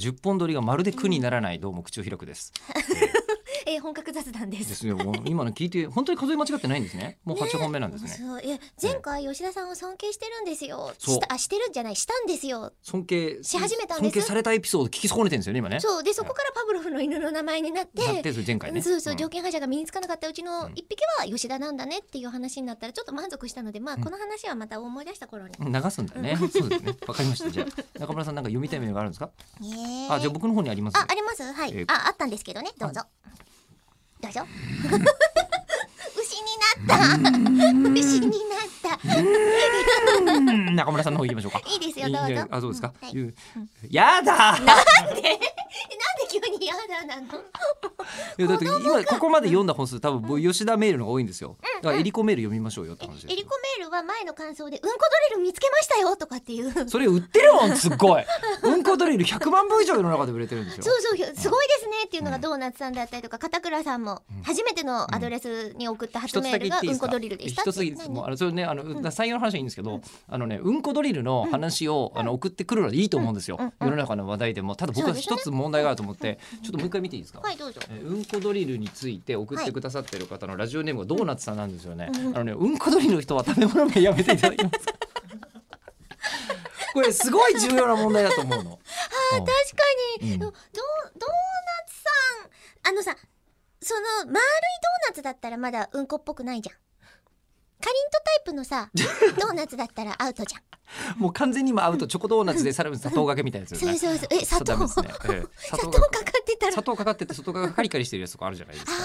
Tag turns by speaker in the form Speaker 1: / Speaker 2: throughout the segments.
Speaker 1: 10本撮りがまるで苦にならないどうも口を開くです。
Speaker 2: えー本格雑談で。
Speaker 1: ですすよ。もう今の聞いて本当に数え間違ってないんですね。もう8本目なんですね。
Speaker 2: そういや前回吉田さんを尊敬してるんですよ。
Speaker 1: そう
Speaker 2: したあしてるんじゃないしたんですよ。
Speaker 1: 尊敬
Speaker 2: し始めたんで
Speaker 1: 尊
Speaker 2: す
Speaker 1: 敬されたエピソード聞き損ねてるんですよね今ね。
Speaker 2: そうでそこからパブロフの犬の名前になって。
Speaker 1: だってそれ前回ね。
Speaker 2: そうそう、
Speaker 1: ん
Speaker 2: 条件反射が身につかなかったうちの
Speaker 1: うん
Speaker 2: 一匹は吉田なんだねっていう話になったらちょっと満足したのでまあこの話はまた思い出した頃に。
Speaker 1: 流すんだね。そうですね。わかりました。じゃあ中村さんなんか読みたいメールがあるんですか。
Speaker 2: ねえ
Speaker 1: あじゃあ僕の方にあります。
Speaker 2: あありますはい、
Speaker 1: えー
Speaker 2: ああったんですけどねどうぞどうぞ 牛になった牛になった
Speaker 1: うん中村さんの方行きましょうか。
Speaker 2: いいですよどうぞ
Speaker 1: いやあそうですか。
Speaker 2: はい
Speaker 1: いうやだ。
Speaker 2: なんで急にやだな
Speaker 1: い
Speaker 2: の
Speaker 1: やだって今ここまで読んだ本数多分僕吉田メールの方が多いんですよ。だからエリコメール読みましょうよって話ですよ。
Speaker 2: えりこメールは前の感想で「うんこドリル見つけましたよ」とかっていうそう
Speaker 1: それ売ってるもんすっごいうんこドリル100万部以上世の中で売れてるんですよ
Speaker 2: そうすごいですねっていうのがドーナツさんだったりとか片倉さんも初めてのアドレスに送った初
Speaker 1: 一つだ
Speaker 2: メー
Speaker 1: け言
Speaker 2: ル
Speaker 1: っ
Speaker 2: が「
Speaker 1: ていいで
Speaker 2: うん
Speaker 1: す
Speaker 2: こ
Speaker 1: か
Speaker 2: ドリル」でした
Speaker 1: 一つだけもう
Speaker 2: 何
Speaker 1: あのそれねあの採用の話はいいんですけど、あのねうんこドリルの話を、あの送ってくるのでいいと思うんですよ、
Speaker 2: うんうん
Speaker 1: 世の中の話題でもただ僕は
Speaker 2: そうですね
Speaker 1: 一つ問題があると思って、ちょっともう一回見ていいですか、
Speaker 2: はいどうぞ
Speaker 1: えーうんこドリルについて送ってくださってる方のラジオネームがドーナツさんなんですよね。
Speaker 2: うんうん
Speaker 1: あのね、うんこドリルの人は食べ物もやめていただけますか。これすごい重要な問題だと思う の。うん
Speaker 2: 確かに、
Speaker 1: うん
Speaker 2: どドードーナツさんあのさその丸いドーナツだったらまだうんこっぽくないじゃんかりんとタイプのさドーナツだったらアウト じゃん
Speaker 1: もう完全に今アウトチョコドーナツでさらに砂糖がけみたいなやつです
Speaker 2: そ
Speaker 1: ね
Speaker 2: う。そうそうえ砂糖、
Speaker 1: ダメですね。ええ砂
Speaker 2: 砂
Speaker 1: 糖
Speaker 2: 糖
Speaker 1: が
Speaker 2: かかってたら
Speaker 1: 砂糖かかってて外側がカリカリしてるやつとかあるじゃないですか。
Speaker 2: あ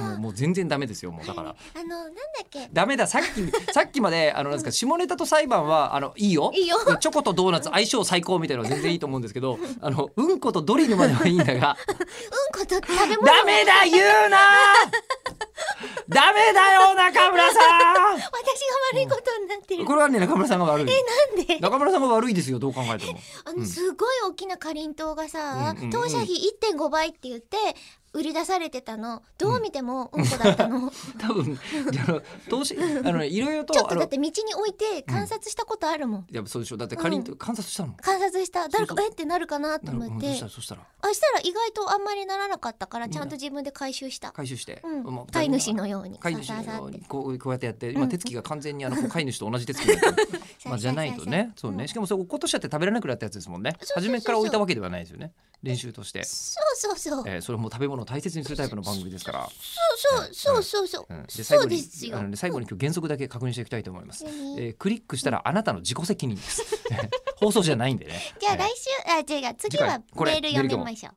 Speaker 1: もう
Speaker 2: ー
Speaker 1: もう全然ダメですよもうだから。
Speaker 2: あのなんだっけ
Speaker 1: ダメださっきさっきまであのなんですか下ネタと裁判はあのいいよ
Speaker 2: いいよ
Speaker 1: チョコとドーナツ相性最高みたいなのは全然いいと思うんですけどあのうんことドリルまではいいんだが
Speaker 2: うんこと食べ物
Speaker 1: ダメだ言うなダメだよ中村さ
Speaker 2: 私が悪いことになって
Speaker 1: ん
Speaker 2: る
Speaker 1: これはね中村さんが悪い
Speaker 2: なんで
Speaker 1: 中村さんが悪いですよどう考えても
Speaker 2: あ
Speaker 1: う
Speaker 2: の
Speaker 1: ん
Speaker 2: すごい大きなかりんとうがさ、
Speaker 1: うんうんうん
Speaker 2: 当社費1.5倍って言って売り出されてたのどう見てもうんこだっ たの、
Speaker 1: 多分あの投資あのねいろいろ
Speaker 2: ちょっ
Speaker 1: とあ
Speaker 2: とだっ
Speaker 1: の
Speaker 2: て道に置いて観察したことあるもん、
Speaker 1: いやそうでしょだってかりんと観察したの
Speaker 2: 観察した誰か
Speaker 1: そうそう
Speaker 2: えってなるかなと
Speaker 1: なる
Speaker 2: 思
Speaker 1: ほ
Speaker 2: っ
Speaker 1: ど
Speaker 2: て
Speaker 1: そ
Speaker 2: あ
Speaker 1: し
Speaker 2: した
Speaker 1: ら
Speaker 2: た
Speaker 1: そしたら
Speaker 2: ら意外とあんまりならなかったからちゃんと自分で回収した、
Speaker 1: 回収して、
Speaker 2: うん
Speaker 1: もう
Speaker 2: 飼い主のように
Speaker 1: 飼い主の
Speaker 2: ささ
Speaker 1: よ
Speaker 2: さ
Speaker 1: う
Speaker 2: って
Speaker 1: にこうこうやってやって今
Speaker 2: うん
Speaker 1: 手つきが完全にあのこう飼い主と同じ手つきになって るまあじゃないとねそうねしかもそれ落っことしちゃって食べれなくなったやつですもんね
Speaker 2: そうそうそう
Speaker 1: 初めから置いたわけではないですよね練習として、
Speaker 2: そうそうそう
Speaker 1: えー、それもう食べ物を大切にするタイプの番組ですから、
Speaker 2: そうそうそうそ
Speaker 1: う
Speaker 2: う
Speaker 1: ん、で
Speaker 2: そ
Speaker 1: 最後
Speaker 2: うで
Speaker 1: に
Speaker 2: すよ
Speaker 1: あのね最後に今日原則だけ確認していきたいと思います、
Speaker 2: 何
Speaker 1: えー、クリックしたらあなたの自己 責任です放送じゃないんでね
Speaker 2: じゃあ
Speaker 1: えー
Speaker 2: 来週あ違う次
Speaker 1: 次回
Speaker 2: は
Speaker 1: これ
Speaker 2: メール読みましょう